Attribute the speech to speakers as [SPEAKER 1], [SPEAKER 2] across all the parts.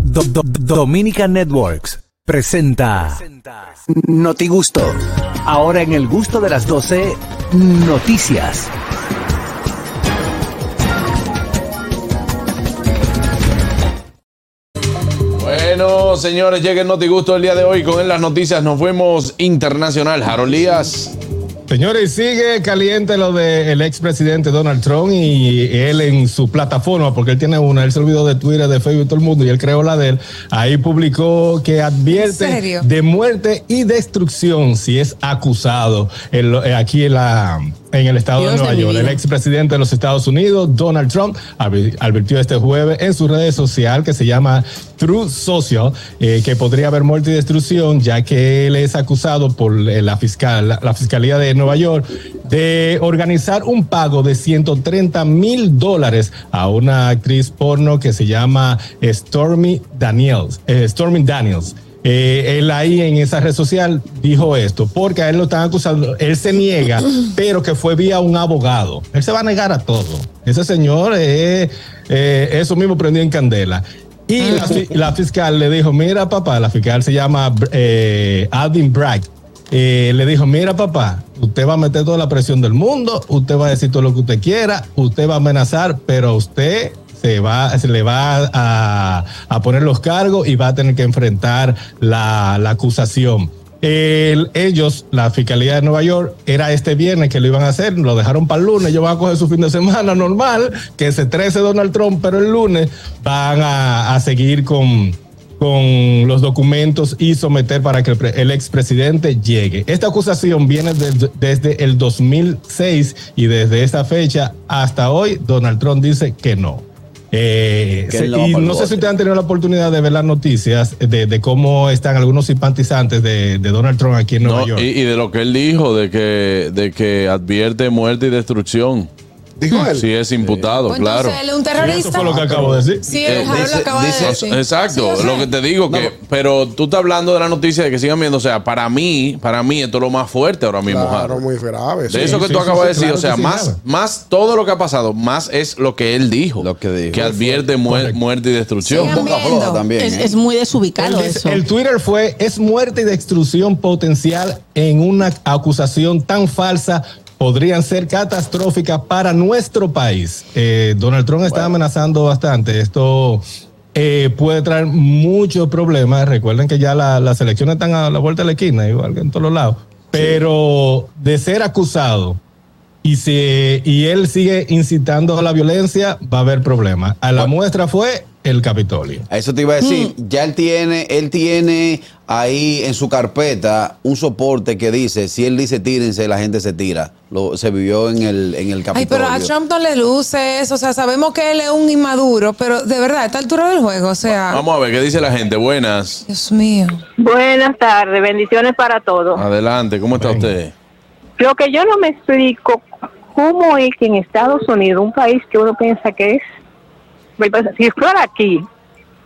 [SPEAKER 1] Do- Do- Do- Dominican Networks presenta Noti Gusto. Ahora en el gusto de las 12, noticias.
[SPEAKER 2] Bueno, señores, llega el Notigusto el día de hoy. Con él las noticias nos fuimos internacional. Harold Díaz.
[SPEAKER 3] Señores, sigue caliente lo del expresidente Donald Trump y él en su plataforma, porque él tiene una, él se olvidó de Twitter, de Facebook, todo el mundo, y él creó la de él. Ahí publicó que
[SPEAKER 4] ¿En
[SPEAKER 3] advierte
[SPEAKER 4] serio?
[SPEAKER 3] de muerte y destrucción si es acusado en lo- eh, aquí en, la, en el estado
[SPEAKER 4] Dios
[SPEAKER 3] de
[SPEAKER 4] de
[SPEAKER 3] Nueva
[SPEAKER 4] mi
[SPEAKER 3] York. El
[SPEAKER 4] vida.
[SPEAKER 3] expresidente de los Estados Unidos, Donald Trump, advi- advirtió este jueves en su red social que se llama True Social eh, que podría haber muerte y destrucción, ya que él es acusado por eh, la fiscal, la, la fiscalía de Nueva York, de organizar un pago de 130 mil dólares a una actriz porno que se llama Stormy Daniels. eh, Stormy Daniels. Eh, él ahí en esa red social dijo esto, porque a él lo están acusando, él se niega, pero que fue vía un abogado. Él se va a negar a todo. Ese señor es eh, eso mismo prendió en candela. Y la, fi- la fiscal le dijo, mira papá, la fiscal se llama eh, Alvin Bragg, eh, le dijo, mira papá, usted va a meter toda la presión del mundo, usted va a decir todo lo que usted quiera, usted va a amenazar, pero usted se va, se le va a, a poner los cargos y va a tener que enfrentar la, la acusación. El- ellos, la Fiscalía de Nueva York, era este viernes que lo iban a hacer, lo dejaron para el lunes, ellos van a coger su fin de semana normal, que se trece Donald Trump, pero el lunes van a, a seguir con, con los documentos y someter para que el, pre- el expresidente llegue. Esta acusación viene desde- desde el 2006 y desde esa fecha hasta hoy Donald Trump dice que no. Eh,
[SPEAKER 2] Que
[SPEAKER 3] se-
[SPEAKER 2] él no va
[SPEAKER 3] y
[SPEAKER 2] pa'l
[SPEAKER 3] no sé si
[SPEAKER 2] bote.
[SPEAKER 3] ustedes han tenido la oportunidad de ver las noticias de, de cómo están algunos simpatizantes de, de Donald Trump aquí en Nueva
[SPEAKER 2] No,
[SPEAKER 3] York.
[SPEAKER 2] y, y de lo que él dijo, de que, de que advierte muerte y destrucción.
[SPEAKER 5] Dijo él.
[SPEAKER 2] Si es imputado,
[SPEAKER 4] Pues
[SPEAKER 2] claro.
[SPEAKER 4] Entonces, él es un
[SPEAKER 3] Eso
[SPEAKER 4] terrorista.
[SPEAKER 3] fue lo que acabo de decir.
[SPEAKER 4] Sí,
[SPEAKER 2] Eh,
[SPEAKER 4] el Harold
[SPEAKER 5] dice-
[SPEAKER 4] acaba
[SPEAKER 5] dice-
[SPEAKER 4] de
[SPEAKER 2] O
[SPEAKER 4] decir.
[SPEAKER 2] sea, Exacto,
[SPEAKER 4] Sí, yo
[SPEAKER 2] lo
[SPEAKER 4] sé.
[SPEAKER 2] que te digo, que, pero tú estás hablando de la noticia de que sigan viendo, o sea, para mí, para mí esto es lo más fuerte ahora mismo,
[SPEAKER 5] Claro,
[SPEAKER 2] Harold.
[SPEAKER 5] muy grave.
[SPEAKER 2] De
[SPEAKER 5] sí.
[SPEAKER 2] eso que
[SPEAKER 3] sí,
[SPEAKER 2] tú
[SPEAKER 3] sí,
[SPEAKER 2] acabas
[SPEAKER 3] sí,
[SPEAKER 2] de decir,
[SPEAKER 3] claro
[SPEAKER 2] o sea,
[SPEAKER 3] que sí,
[SPEAKER 2] más,
[SPEAKER 3] claro.
[SPEAKER 2] más todo lo que ha pasado, más es lo que él dijo,
[SPEAKER 6] Lo que dijo.
[SPEAKER 2] advierte muer- muerte y destrucción.
[SPEAKER 4] Sigan
[SPEAKER 6] poca
[SPEAKER 4] viendo.
[SPEAKER 6] flor también.
[SPEAKER 7] Es,
[SPEAKER 6] ¿eh?
[SPEAKER 7] es muy desubicado
[SPEAKER 3] Él dice-
[SPEAKER 7] eso.
[SPEAKER 3] el Twitter fue, es muerte y destrucción potencial en una acusación tan falsa. Podrían ser catastróficas para nuestro país. Eh, Donald Trump está amenazando bastante. Esto eh, puede traer muchos problemas. Recuerden que ya la- las elecciones están a la vuelta de la esquina, igual que en todos lados. Pero de ser acusado y, si, y él sigue incitando a la violencia, va a haber problemas. A la muestra fue el Capitolio.
[SPEAKER 6] A eso te iba a decir, ya él tiene, él tiene ahí en su carpeta un soporte que dice, si él dice tírense, la gente se tira. Lo, se vivió en el, en el
[SPEAKER 4] Ay,
[SPEAKER 6] Capitolio.
[SPEAKER 4] pero a Trump no le luce eso. O sea, sabemos que él es un inmaduro, pero de verdad, a esta altura del juego, o sea.
[SPEAKER 2] Vamos a ver qué dice la gente. Buenas.
[SPEAKER 4] Dios mío.
[SPEAKER 8] Buenas tardes, bendiciones para todos.
[SPEAKER 3] Ah.
[SPEAKER 2] Adelante, ¿cómo está usted?
[SPEAKER 8] Lo que yo no me explico, ¿cómo es que en Estados Unidos, un país que uno piensa que es, bueno, pues, si fuera aquí,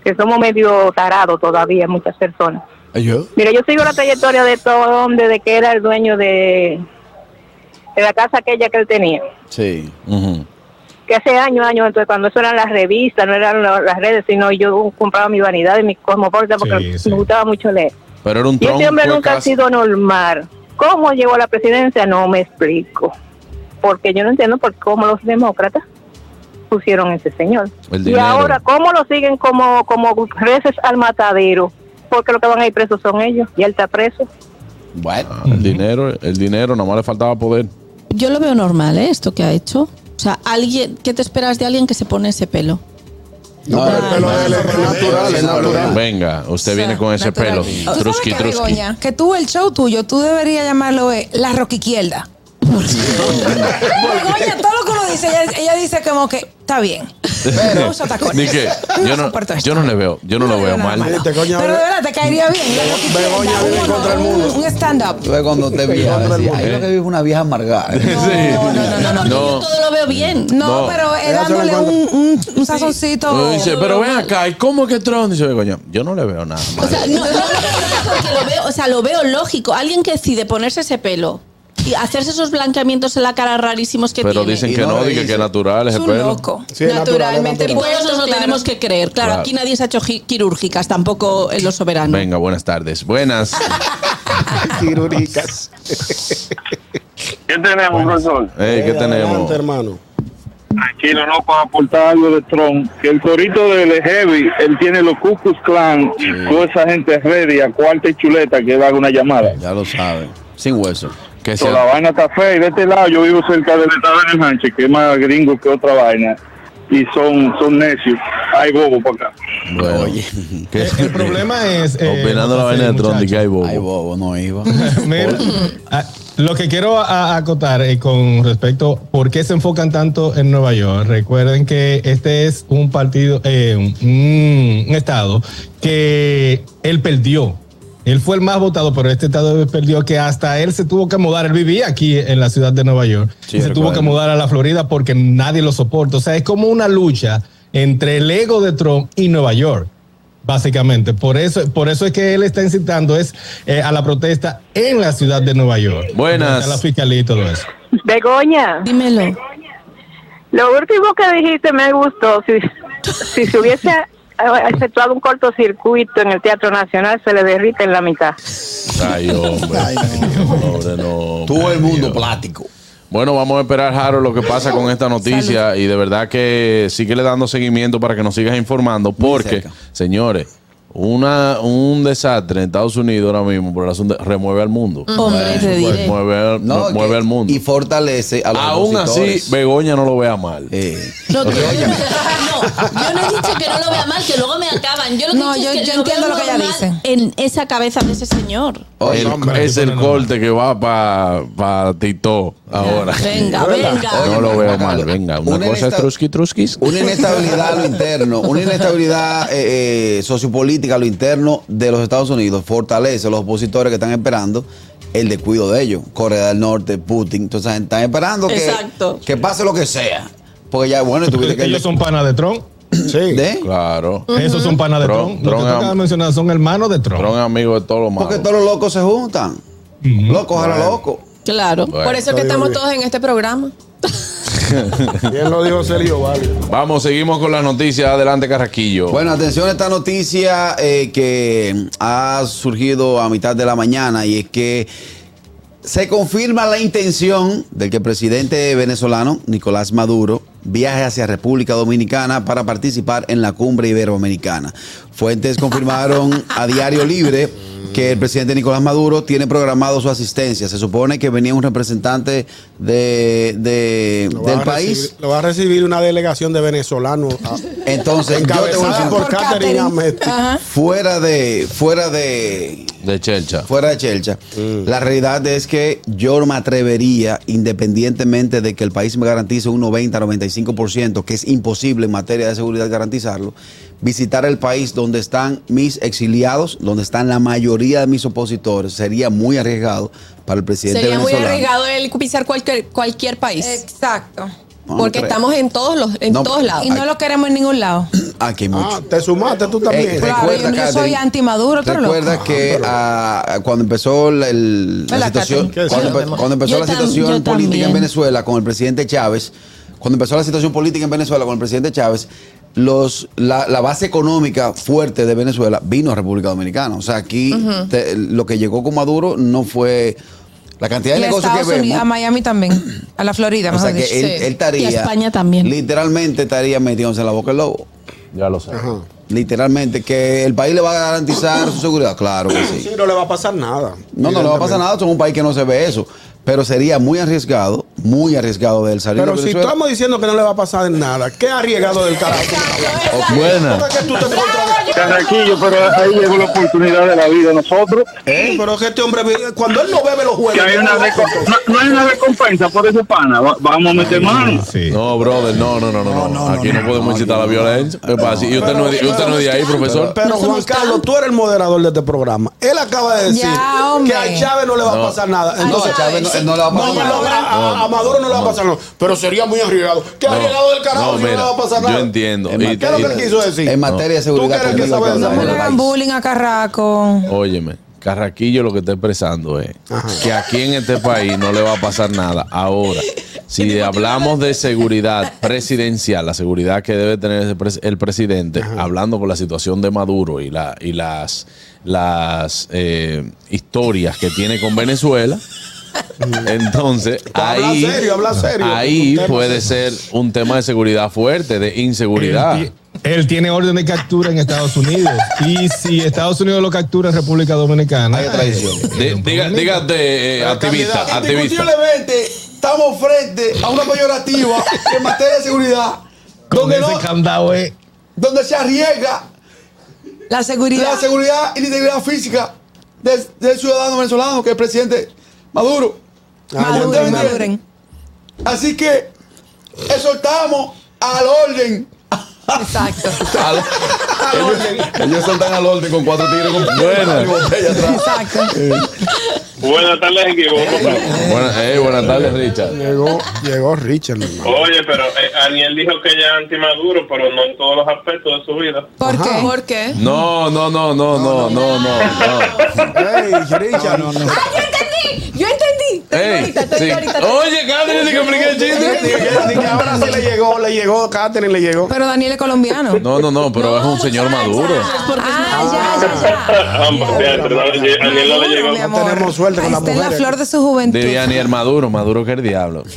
[SPEAKER 8] que somos medio tarados todavía muchas personas. Mira, yo sigo la trayectoria de todo desde que era el dueño de, de la casa aquella que él tenía.
[SPEAKER 6] Sí.
[SPEAKER 2] Ujú.
[SPEAKER 8] Que hace años, años, entonces cuando eso eran las revistas, no eran lo- las redes, sino yo compraba mi vanidad y mi cosmopolita porque
[SPEAKER 3] Sí, sí.
[SPEAKER 8] me gustaba mucho leer.
[SPEAKER 2] Pero era un
[SPEAKER 8] Y
[SPEAKER 2] Trump.
[SPEAKER 8] ese hombre
[SPEAKER 2] fue
[SPEAKER 8] nunca ha
[SPEAKER 2] casi-
[SPEAKER 8] sido normal. ¿Cómo llegó a la presidencia? No me explico. Porque yo no entiendo por cómo los demócratas pusieron a ese señor.
[SPEAKER 2] El
[SPEAKER 8] Y
[SPEAKER 2] dinero.
[SPEAKER 8] ahora, ¿cómo lo siguen como, como reces al matadero? Porque lo que van a ir presos son ellos. Y él está preso.
[SPEAKER 6] Bueno.
[SPEAKER 2] Ah, El dinero, el dinero, nomás le faltaba poder.
[SPEAKER 7] Yo lo veo normal, ¿eh? Esto que ha hecho. O sea, alguien, ¿qué te esperas de alguien que se pone ese pelo?
[SPEAKER 5] No, pero el pelo de él es natural, es natural.
[SPEAKER 2] Venga, usted
[SPEAKER 4] O sea,
[SPEAKER 2] viene con ese
[SPEAKER 4] natural. ¿Tú
[SPEAKER 2] pelo.
[SPEAKER 4] sabes
[SPEAKER 2] Trusky,
[SPEAKER 4] qué,
[SPEAKER 2] trusky.
[SPEAKER 4] Begoña? que tú, el show tuyo, tú deberías llamarlo eh, la roquiquierda. Begoña, todo lo que uno dice, ella, ella dice como que está bien. No uso tacones.
[SPEAKER 2] Ni que, yo, no,
[SPEAKER 4] soporto esto.
[SPEAKER 2] yo no le veo, yo no, lo veo
[SPEAKER 4] nada
[SPEAKER 2] mal.
[SPEAKER 4] malo.
[SPEAKER 5] Viste, coño,
[SPEAKER 4] Pero de
[SPEAKER 5] Begoña-
[SPEAKER 4] verdad te caería bien. la roquiquierda,
[SPEAKER 5] Begoña vive
[SPEAKER 4] uno,
[SPEAKER 5] contra el
[SPEAKER 4] un-
[SPEAKER 5] mundo.
[SPEAKER 4] Un stand-up.
[SPEAKER 6] Entonces cuando te viera, decía, ahí lo que vive una vieja amargada.
[SPEAKER 2] No, no, no, no,
[SPEAKER 7] Yo todo lo veo bien.
[SPEAKER 4] No,
[SPEAKER 2] No.
[SPEAKER 4] pero es
[SPEAKER 5] Ella se lo
[SPEAKER 4] dándole un,
[SPEAKER 5] encuentra.
[SPEAKER 4] un, un sazoncito.
[SPEAKER 2] No, dice, pero ven acá, ¿y cómo que Trump? Dice Begoña, yo no le veo nada
[SPEAKER 7] O
[SPEAKER 2] mal.
[SPEAKER 7] sea, no, no lo veo mal porque lo veo, o sea, lo veo lógico. Alguien que decide ponerse ese pelo y hacerse esos blanqueamientos en la cara rarísimos que
[SPEAKER 2] Pero
[SPEAKER 7] tiene.
[SPEAKER 2] dicen
[SPEAKER 6] Y
[SPEAKER 2] que
[SPEAKER 6] no
[SPEAKER 2] no,
[SPEAKER 6] le
[SPEAKER 2] dicen que
[SPEAKER 6] dicen.
[SPEAKER 2] es natural
[SPEAKER 4] Es
[SPEAKER 2] ese
[SPEAKER 4] un
[SPEAKER 2] pelo.
[SPEAKER 4] loco.
[SPEAKER 5] Sí, es natural, es
[SPEAKER 4] Naturalmente pues,
[SPEAKER 7] Y
[SPEAKER 5] natural.
[SPEAKER 4] puesto,
[SPEAKER 7] todos nos lo
[SPEAKER 4] claro.
[SPEAKER 7] tenemos que creer. Claro,
[SPEAKER 2] Claro.
[SPEAKER 7] aquí nadie se ha hecho gi- quirúrgicas, tampoco en los soberanos.
[SPEAKER 2] Venga, buenas tardes. Buenas.
[SPEAKER 5] Quirúrgicas.
[SPEAKER 9] ¿Qué tenemos, profesor?
[SPEAKER 2] Ey, ¿Qué tenemos?
[SPEAKER 5] Adelante, hermano.
[SPEAKER 9] Tranquilo, no, para aportar algo de Tron. Que el torito del Heavy, él tiene los Cucus Clan, toda esa gente ready, a cuarta y chuleta, que le haga una llamada.
[SPEAKER 6] Ya lo saben. Sin hueso.
[SPEAKER 2] Que
[SPEAKER 9] So, la
[SPEAKER 2] sea.
[SPEAKER 9] vaina está fea. Y de este lado, yo vivo cerca del estado de New Hampshire, que es más gringo que otra vaina. Y son, son necios. Hay bobo para acá.
[SPEAKER 2] Bueno,
[SPEAKER 6] Oye.
[SPEAKER 2] que-
[SPEAKER 3] Eh, El problema es. eh,
[SPEAKER 2] Opinando la
[SPEAKER 3] sí,
[SPEAKER 2] vaina de Tron,
[SPEAKER 3] muchacho.
[SPEAKER 2] de que hay bobo.
[SPEAKER 6] Ay, bobo, no iba.
[SPEAKER 3] Mira, ah, lo que quiero a- a- acotar eh, con respecto por qué se enfocan tanto en Nueva York. Recuerden que este es un partido, eh, un, un estado que él perdió. Él fue el más votado, pero este estado perdió que hasta él se tuvo que mudar. Él vivía aquí en la ciudad de Nueva York.
[SPEAKER 6] Sí,
[SPEAKER 3] y se tuvo
[SPEAKER 6] recuerdo.
[SPEAKER 3] que mudar a la Florida porque nadie lo soporta. O sea, es como una lucha entre el ego de Trump y Nueva York. Básicamente, por eso, por eso es que él está incitando es eh, a la protesta en la ciudad de Nueva York.
[SPEAKER 2] Buenas.
[SPEAKER 3] A la fiscalía y todo eso.
[SPEAKER 8] Begoña,
[SPEAKER 7] Dímelo.
[SPEAKER 8] lo último que dijiste me gustó. Si, si se hubiese eh, efectuado un cortocircuito en el Teatro Nacional, se le derrite en la mitad.
[SPEAKER 2] Ay, hombre.
[SPEAKER 5] Ay,
[SPEAKER 2] Pobre, no,
[SPEAKER 6] Todo el
[SPEAKER 2] hombre,
[SPEAKER 6] mundo
[SPEAKER 2] Dios.
[SPEAKER 6] plático.
[SPEAKER 2] Bueno, vamos a esperar, Harold, lo que pasa con esta noticia. Y de verdad que sigue le dando seguimiento para que nos sigas informando. Porque,
[SPEAKER 6] cerca.
[SPEAKER 2] señores, una, un desastre en Estados Unidos ahora mismo por el asunto de- remueve al mundo.
[SPEAKER 5] Mm.
[SPEAKER 7] Hombre, te diré.
[SPEAKER 2] Mueve, al-
[SPEAKER 6] No,
[SPEAKER 2] mueve
[SPEAKER 6] que-
[SPEAKER 2] al mundo.
[SPEAKER 6] Y fortalece a los
[SPEAKER 2] Aún así,
[SPEAKER 6] opositores.
[SPEAKER 2] Begoña no lo vea mal.
[SPEAKER 6] Eh,
[SPEAKER 7] No, que yo, no, yo no he dicho que no lo vea mal, que luego me acaban. Yo lo que
[SPEAKER 4] No,
[SPEAKER 7] he dicho
[SPEAKER 4] yo-
[SPEAKER 7] es que
[SPEAKER 4] yo
[SPEAKER 7] lo
[SPEAKER 4] entiendo
[SPEAKER 7] veo
[SPEAKER 4] lo que ella
[SPEAKER 7] normal
[SPEAKER 4] dice.
[SPEAKER 7] En esa cabeza de ese señor.
[SPEAKER 6] oye,
[SPEAKER 2] El-
[SPEAKER 3] hombre,
[SPEAKER 2] es
[SPEAKER 3] tipo no,
[SPEAKER 2] el
[SPEAKER 3] no.
[SPEAKER 2] corte que va para Tito ahora.
[SPEAKER 7] Venga, venga.
[SPEAKER 2] No lo veo mal,
[SPEAKER 6] Oye,
[SPEAKER 2] venga. Una
[SPEAKER 6] una
[SPEAKER 2] cosa es
[SPEAKER 6] lista-
[SPEAKER 2] truski truskis.
[SPEAKER 6] Una inestabilidad a lo interno, una inestabilidad eh, eh, sociopolítica a lo interno de los Estados Unidos fortalece a los opositores que están esperando el descuido de ellos. Corea del Norte, Putin, entonces están esperando que,
[SPEAKER 7] Exacto.
[SPEAKER 6] que pase lo que sea. Porque ya, bueno, tuviste que
[SPEAKER 3] Ellos son panas de Trump.
[SPEAKER 5] Sí.
[SPEAKER 6] ¿De?
[SPEAKER 2] Claro.
[SPEAKER 5] Mm.
[SPEAKER 3] Esos son panas de
[SPEAKER 2] Tron-
[SPEAKER 3] Trump. Lo que
[SPEAKER 2] Tron
[SPEAKER 3] tú
[SPEAKER 2] am-
[SPEAKER 3] acabas de mencionar son hermanos de Trump.
[SPEAKER 2] Tron es amigo de todos los malos.
[SPEAKER 6] Porque todos los locos se juntan. Locos a lo loco.
[SPEAKER 7] Claro.
[SPEAKER 2] Bueno.
[SPEAKER 4] Por eso es que
[SPEAKER 5] Está
[SPEAKER 4] estamos
[SPEAKER 5] bien.
[SPEAKER 4] todos en este programa.
[SPEAKER 5] ¿Quién lo dijo, Sergio? Vale.
[SPEAKER 2] Vamos, seguimos con las noticias. Adelante, Carraquillo.
[SPEAKER 6] Bueno, atención a esta noticia eh, que ha surgido a mitad de la mañana y es que se confirma la intención del que el presidente venezolano Nicolás Maduro viaje hacia República Dominicana para participar en la cumbre iberoamericana. Fuentes confirmaron a Diario Libre que el presidente Nicolás Maduro tiene programado su asistencia. Se supone que venía un representante de, de-
[SPEAKER 5] Lo va
[SPEAKER 6] del
[SPEAKER 5] a
[SPEAKER 6] país.
[SPEAKER 5] recibir- lo va a recibir una delegación de venezolanos Ah, a-
[SPEAKER 6] Entonces, yo te voy a
[SPEAKER 5] encabezada
[SPEAKER 6] decir-
[SPEAKER 5] por
[SPEAKER 4] Por
[SPEAKER 5] Catherine
[SPEAKER 4] Catherine.
[SPEAKER 5] Amesti.
[SPEAKER 4] Ajá.
[SPEAKER 6] fuera de fuera de
[SPEAKER 2] De Chelcha.
[SPEAKER 6] fuera de Chelcha. La realidad es que yo no me atrevería, independientemente de que el país me garantice un 90-95%, que es imposible en materia de seguridad garantizarlo, visitar el país donde están mis exiliados, donde están la mayoría de mis opositores, sería muy arriesgado para el presidente
[SPEAKER 10] Sería muy
[SPEAKER 6] venezolano.
[SPEAKER 10] arriesgado el pisar cualquier, cualquier país.
[SPEAKER 4] Exacto.
[SPEAKER 6] No, no
[SPEAKER 10] porque
[SPEAKER 6] creo.
[SPEAKER 10] estamos en todos los en
[SPEAKER 6] No,
[SPEAKER 10] todos lados.
[SPEAKER 4] Y Eh, no lo queremos en ningún lado.
[SPEAKER 6] Aquí hay mucho.
[SPEAKER 5] Ah, te sumaste tú
[SPEAKER 6] Ey,
[SPEAKER 5] también.
[SPEAKER 4] Claro,
[SPEAKER 6] Eh, recuerda,
[SPEAKER 4] yo- yo soy
[SPEAKER 6] Catherine,
[SPEAKER 4] antimaduro, tú eres
[SPEAKER 6] Recuerda que ah, cuando empezó la, el- la
[SPEAKER 4] Hola,
[SPEAKER 6] situación,
[SPEAKER 5] Catherine.
[SPEAKER 6] cuando,
[SPEAKER 5] ¿Qué
[SPEAKER 6] empe-
[SPEAKER 5] es?
[SPEAKER 6] cuando empezó
[SPEAKER 7] Yo
[SPEAKER 6] la
[SPEAKER 7] tam-
[SPEAKER 6] situación
[SPEAKER 7] yo
[SPEAKER 6] política en
[SPEAKER 7] también.
[SPEAKER 6] Venezuela con el presidente Chávez, cuando empezó la situación política en Venezuela con el presidente Chávez, los, la, la base económica fuerte de Venezuela vino a República Dominicana. O sea, aquí te- lo que llegó con Maduro no fue la cantidad de
[SPEAKER 4] Y a
[SPEAKER 6] negocios que
[SPEAKER 4] Estados Unidos,
[SPEAKER 6] vemos.
[SPEAKER 4] a Miami también. A la Florida,
[SPEAKER 6] O
[SPEAKER 4] mejor
[SPEAKER 6] sea, que
[SPEAKER 4] dicho.
[SPEAKER 6] él,
[SPEAKER 10] sí.
[SPEAKER 6] él estaría.
[SPEAKER 7] Y a España también.
[SPEAKER 6] Literalmente estaría metiéndose en la boca del lobo.
[SPEAKER 2] Ya lo sé.
[SPEAKER 6] Literalmente, que el país le va a garantizar su seguridad. Claro que sí.
[SPEAKER 5] Sí, no le va a pasar nada.
[SPEAKER 6] No, no le va a pasar nada. Somos un país que no se ve eso. Pero sería muy arriesgado, muy arriesgado del salir
[SPEAKER 5] Pero
[SPEAKER 6] de
[SPEAKER 5] si
[SPEAKER 6] Venezuela.
[SPEAKER 5] estamos diciendo que no le va a pasar nada, qué arriesgado del carajo.
[SPEAKER 2] Buena.
[SPEAKER 5] ¿Por qué tú te encuentras-
[SPEAKER 9] Carraquillo, pero ahí llegó la oportunidad de la vida. Nosotros,
[SPEAKER 5] Ey, Pero que este hombre, vive- cuando él no bebe los
[SPEAKER 9] que
[SPEAKER 5] juegos.
[SPEAKER 9] hay una reco- no, no hay una recompensa por ese pana. Va- vamos a meter mano.
[SPEAKER 3] Sí.
[SPEAKER 2] No, brother, no, no, no, no. no. Aquí no, podemos incitar la violencia. ¿Qué pasa? Y usted no, es de- usted no es de ahí, profesor.
[SPEAKER 5] Pero Juan Carlos, tú eres el moderador de este programa. Él acaba de decir
[SPEAKER 4] Ya, hombre.
[SPEAKER 5] que a Chávez no le va
[SPEAKER 2] No.
[SPEAKER 5] a pasar nada.
[SPEAKER 6] No,
[SPEAKER 5] Entonces,
[SPEAKER 6] a Chávez no, él no le va a
[SPEAKER 5] no,
[SPEAKER 6] pasar
[SPEAKER 5] no,
[SPEAKER 6] nada.
[SPEAKER 5] no, a, a- a Maduro no le va a pasar nada. Pero sería muy arriesgado. ¿Qué
[SPEAKER 2] No,
[SPEAKER 5] arriesgado del carajo
[SPEAKER 2] no,
[SPEAKER 5] si no le
[SPEAKER 2] mira,
[SPEAKER 5] va a pasar
[SPEAKER 2] yo
[SPEAKER 5] nada?
[SPEAKER 2] entiendo.
[SPEAKER 5] ¿Qué es lo que él quiso decir?
[SPEAKER 6] En materia de
[SPEAKER 5] ¿Tú
[SPEAKER 6] seguridad.
[SPEAKER 5] crees que
[SPEAKER 6] pública,
[SPEAKER 5] sabe
[SPEAKER 6] que
[SPEAKER 5] de
[SPEAKER 6] hablamos
[SPEAKER 4] No
[SPEAKER 5] esa
[SPEAKER 4] le
[SPEAKER 6] del
[SPEAKER 4] hagan
[SPEAKER 6] país.
[SPEAKER 4] bullying a Carraco.
[SPEAKER 2] Óyeme, Carraquillo lo que está expresando es que aquí en este país no le va a pasar nada. Ahora, si hablamos de seguridad presidencial, la seguridad que debe tener ese pres- el presidente, hablando con la situación de Maduro y, la, y las, las eh, historias que tiene con Venezuela, entonces
[SPEAKER 5] habla
[SPEAKER 2] ahí,
[SPEAKER 5] serio, habla serio.
[SPEAKER 2] ahí
[SPEAKER 5] Un tema
[SPEAKER 2] puede ser un tema de seguridad fuerte, de inseguridad.
[SPEAKER 3] Él, ti- él tiene orden de captura en Estados Unidos. y si Estados Unidos lo captura en República Dominicana. eh,
[SPEAKER 6] Hay traición.
[SPEAKER 2] Di- diga- dígate, eh, activista, activista.
[SPEAKER 6] Indiscutiblemente, estamos frente a una mayorativa en materia de seguridad
[SPEAKER 3] Con
[SPEAKER 6] donde,
[SPEAKER 3] ese
[SPEAKER 6] no-
[SPEAKER 3] candado es.
[SPEAKER 6] donde se arriesga
[SPEAKER 4] La seguridad.
[SPEAKER 6] la seguridad y la integridad física del, del ciudadano venezolano, que es el presidente Maduro.
[SPEAKER 4] Maduren,
[SPEAKER 6] Entonces,
[SPEAKER 4] maduren.
[SPEAKER 6] Así que exhortamos al orden.
[SPEAKER 4] Ah. Exacto.
[SPEAKER 2] Al-
[SPEAKER 6] Ellos saltan al orden con cuatro tigres con
[SPEAKER 2] Buena.
[SPEAKER 6] botella atrás.
[SPEAKER 4] Exacto.
[SPEAKER 9] Buenas tardes, equipo. ¿Cómo están?
[SPEAKER 2] Buenas, eh, buenas tardes, Richard.
[SPEAKER 5] Llegó, llegó Richard, mi hermano.
[SPEAKER 9] Oye, pero eh, Aniel dijo que ella es antimaduro, pero no en todos los aspectos de su vida.
[SPEAKER 4] ¿Por qué?
[SPEAKER 10] ¿Por qué?
[SPEAKER 2] No, no, no, no, no, no, no.
[SPEAKER 5] Ey, Richard. No, no, no.
[SPEAKER 10] ¡Ah, yo entendí! ¡Yo entendí! Estoy
[SPEAKER 2] Ey,
[SPEAKER 10] ahorita, estoy
[SPEAKER 2] sí.
[SPEAKER 10] ahorita.
[SPEAKER 2] Oye, Catherine, que expliqué el chiste.
[SPEAKER 5] Ni que ahora sí le llegó, le llegó, Katherine le llegó.
[SPEAKER 4] Pero Daniel es colombiano.
[SPEAKER 2] No, no, no, pero es un señor maduro.
[SPEAKER 4] Ah, ya, ya, ya.
[SPEAKER 9] Ah, hombre, pero no le lle- Aniel no le llegó.
[SPEAKER 4] mi amor.
[SPEAKER 5] tenemos suerte con
[SPEAKER 4] Ahí
[SPEAKER 5] las
[SPEAKER 4] está en la
[SPEAKER 5] mujeres.
[SPEAKER 4] flor de su juventud.
[SPEAKER 2] Diría Aniel Maduro, Maduro que el diablo.
[SPEAKER 4] No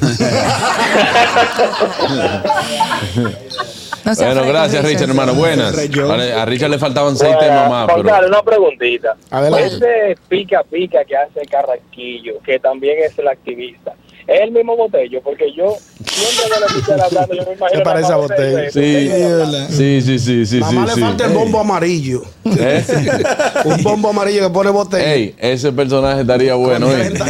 [SPEAKER 4] sea
[SPEAKER 2] Bueno,
[SPEAKER 4] fresco,
[SPEAKER 2] gracias, Richard, hermano. Buenas.
[SPEAKER 5] Rey John.
[SPEAKER 2] Vale, a Richard le faltaban seis temas más,
[SPEAKER 11] Juan Carlos,
[SPEAKER 2] pero.
[SPEAKER 11] una preguntita.
[SPEAKER 5] Adelante.
[SPEAKER 11] Ese pica pica que hace Carraquillo, que también es el activista, es el mismo botello, porque yo siempre me lo escuché hablando, yo me imagino.
[SPEAKER 5] ¿Qué parece
[SPEAKER 11] la
[SPEAKER 5] a
[SPEAKER 11] mamá de
[SPEAKER 5] Botello?
[SPEAKER 11] él,
[SPEAKER 2] Sí,
[SPEAKER 11] Botello.
[SPEAKER 2] sí, sí, sí, sí.
[SPEAKER 5] Nada
[SPEAKER 2] sí,
[SPEAKER 5] más
[SPEAKER 2] sí.
[SPEAKER 5] le falta el bombo amarillo.
[SPEAKER 2] ¿Eh?
[SPEAKER 5] Un bombo amarillo que pone botella.
[SPEAKER 2] Ey, ese personaje estaría bueno. ¿eh?
[SPEAKER 5] 30, el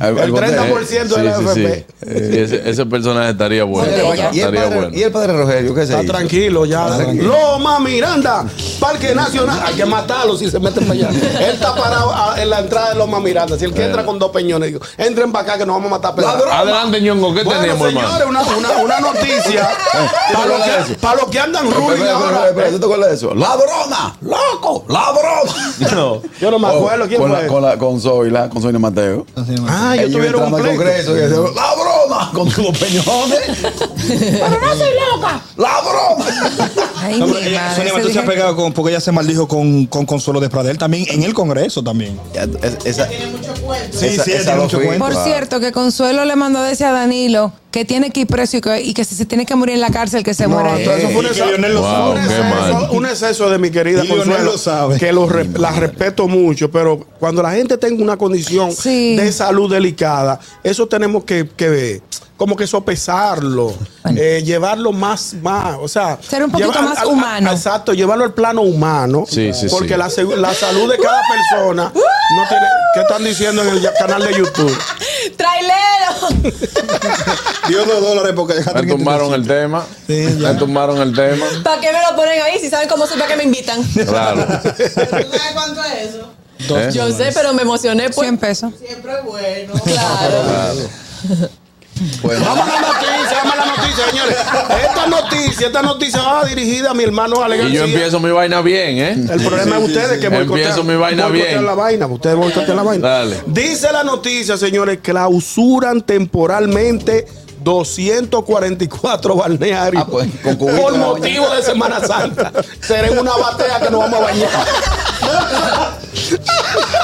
[SPEAKER 2] Al- algún-
[SPEAKER 5] 30% de la
[SPEAKER 2] sí, sí,
[SPEAKER 5] AFP.
[SPEAKER 2] sí. Eh, ese, ese personaje estaría bueno.
[SPEAKER 6] ¿Y el,
[SPEAKER 2] Estaría
[SPEAKER 6] padre,
[SPEAKER 2] bueno.
[SPEAKER 6] y el padre Rogelio, ¿qué se
[SPEAKER 5] Está
[SPEAKER 6] hizo?
[SPEAKER 5] tranquilo ya. Loma Miranda, Parque Nacional. Hay que matarlo si se meten para allá. Él está parado a- en la entrada de Loma Miranda. Si el que entra con dos peñones, digo, entren para acá que nos vamos a matar. pedradas".
[SPEAKER 2] Adelante, ñongo, ¿qué
[SPEAKER 5] Bueno,
[SPEAKER 2] tenemos, hermano?
[SPEAKER 5] señores, una, una, una noticia para los que, pa' los que andan
[SPEAKER 6] Espera,
[SPEAKER 5] ruling
[SPEAKER 6] espera, espera,
[SPEAKER 5] ahora.
[SPEAKER 6] espera, ¿tú te acuerdas de eso? ¡Ladrona! ¡Loco! ¡Ladrona!
[SPEAKER 2] No.
[SPEAKER 5] Yo no me acuerdo quién
[SPEAKER 6] Oh, con
[SPEAKER 5] fue.
[SPEAKER 6] La, con, la, con Zoila, con Sonia Mateo.
[SPEAKER 5] Ah, ellos
[SPEAKER 6] Ellos
[SPEAKER 5] tuvieron
[SPEAKER 6] entrando
[SPEAKER 5] un
[SPEAKER 6] al
[SPEAKER 5] pleito.
[SPEAKER 6] Congreso y decían, ¡Ladrona! Con sus peñones.
[SPEAKER 10] ¡Pero no soy loca!
[SPEAKER 6] ¡Ladrona!
[SPEAKER 4] Ay,
[SPEAKER 12] No,
[SPEAKER 4] mi
[SPEAKER 12] pero ella-
[SPEAKER 4] madre,
[SPEAKER 12] Sonia
[SPEAKER 4] ese
[SPEAKER 12] Mateo se ha
[SPEAKER 4] dije-
[SPEAKER 12] pegado con, porque ella se maldijo con, con Consuelo de Pradel también en el Congreso también.
[SPEAKER 6] Ya, es- esa-
[SPEAKER 12] Sí,
[SPEAKER 6] Esa-
[SPEAKER 12] sí, ella
[SPEAKER 6] esa
[SPEAKER 12] tiene
[SPEAKER 6] lo
[SPEAKER 12] mucho
[SPEAKER 6] fui.
[SPEAKER 12] cuento.
[SPEAKER 4] Por
[SPEAKER 6] Claro.
[SPEAKER 4] cierto, que Consuelo le mandó a decir a Danilo que tiene que ir preso y que, y que si se tiene que morir en la cárcel, que se
[SPEAKER 5] No,
[SPEAKER 4] muera.
[SPEAKER 5] entonces eso fue un
[SPEAKER 12] Y que
[SPEAKER 5] exceso,
[SPEAKER 12] Lionel lo
[SPEAKER 5] fue un
[SPEAKER 2] sabe. Wow, qué
[SPEAKER 5] exceso-
[SPEAKER 2] mal.
[SPEAKER 5] un exceso de mi querida
[SPEAKER 12] Y Lionel
[SPEAKER 5] Consuelo,
[SPEAKER 12] lo sabe.
[SPEAKER 5] que lo re- la respeto mucho, pero cuando la gente tenga una condición
[SPEAKER 4] Sí.
[SPEAKER 5] de salud delicada, eso tenemos que, que como que sopesarlo, eh, llevarlo más, más, o sea,
[SPEAKER 4] Ser un poquito más humano.
[SPEAKER 5] exacto, llevarlo al plano humano,
[SPEAKER 2] Sí, sí,
[SPEAKER 5] porque
[SPEAKER 2] sí.
[SPEAKER 5] La, segu- la salud de cada persona
[SPEAKER 10] Uh,
[SPEAKER 5] eh, no tiene, ¿qué están diciendo en el ya- canal de YouTube?
[SPEAKER 10] ¡Trailero!
[SPEAKER 12] Dio dos dólares porque dejaste
[SPEAKER 2] Me tumbaron el tema. Me tumbaron el tema.
[SPEAKER 10] ¿Para qué me lo ponen ahí si saben cómo soy? ¿Para qué me invitan?
[SPEAKER 2] Claro.
[SPEAKER 13] ¿Sabes cuánto es eso?
[SPEAKER 2] ¿Eh?
[SPEAKER 10] Yo sé, pero me emocioné. Pues.
[SPEAKER 4] 100 pesos.
[SPEAKER 13] Siempre es bueno.
[SPEAKER 10] Claro.
[SPEAKER 6] Bueno,
[SPEAKER 5] Vamos a la noticia, vamos a la noticia, señores. Esta noticia, esta noticia va dirigida a mi hermano Ale
[SPEAKER 2] Y
[SPEAKER 5] García.
[SPEAKER 2] yo empiezo mi vaina bien, ¿eh?
[SPEAKER 5] El problema es ustedes que
[SPEAKER 2] Empiezo
[SPEAKER 5] boicotean-
[SPEAKER 2] mi vaina
[SPEAKER 5] boicotean
[SPEAKER 2] bien.
[SPEAKER 5] la vaina, ustedes boicotean la vaina.
[SPEAKER 2] Dale.
[SPEAKER 5] Dice la noticia, señores, clausuran temporalmente 244 balnearios
[SPEAKER 6] Ah, pues, con cubito
[SPEAKER 5] por
[SPEAKER 6] en la
[SPEAKER 5] motivo de Semana Santa. Será en una batea que nos vamos a bañar.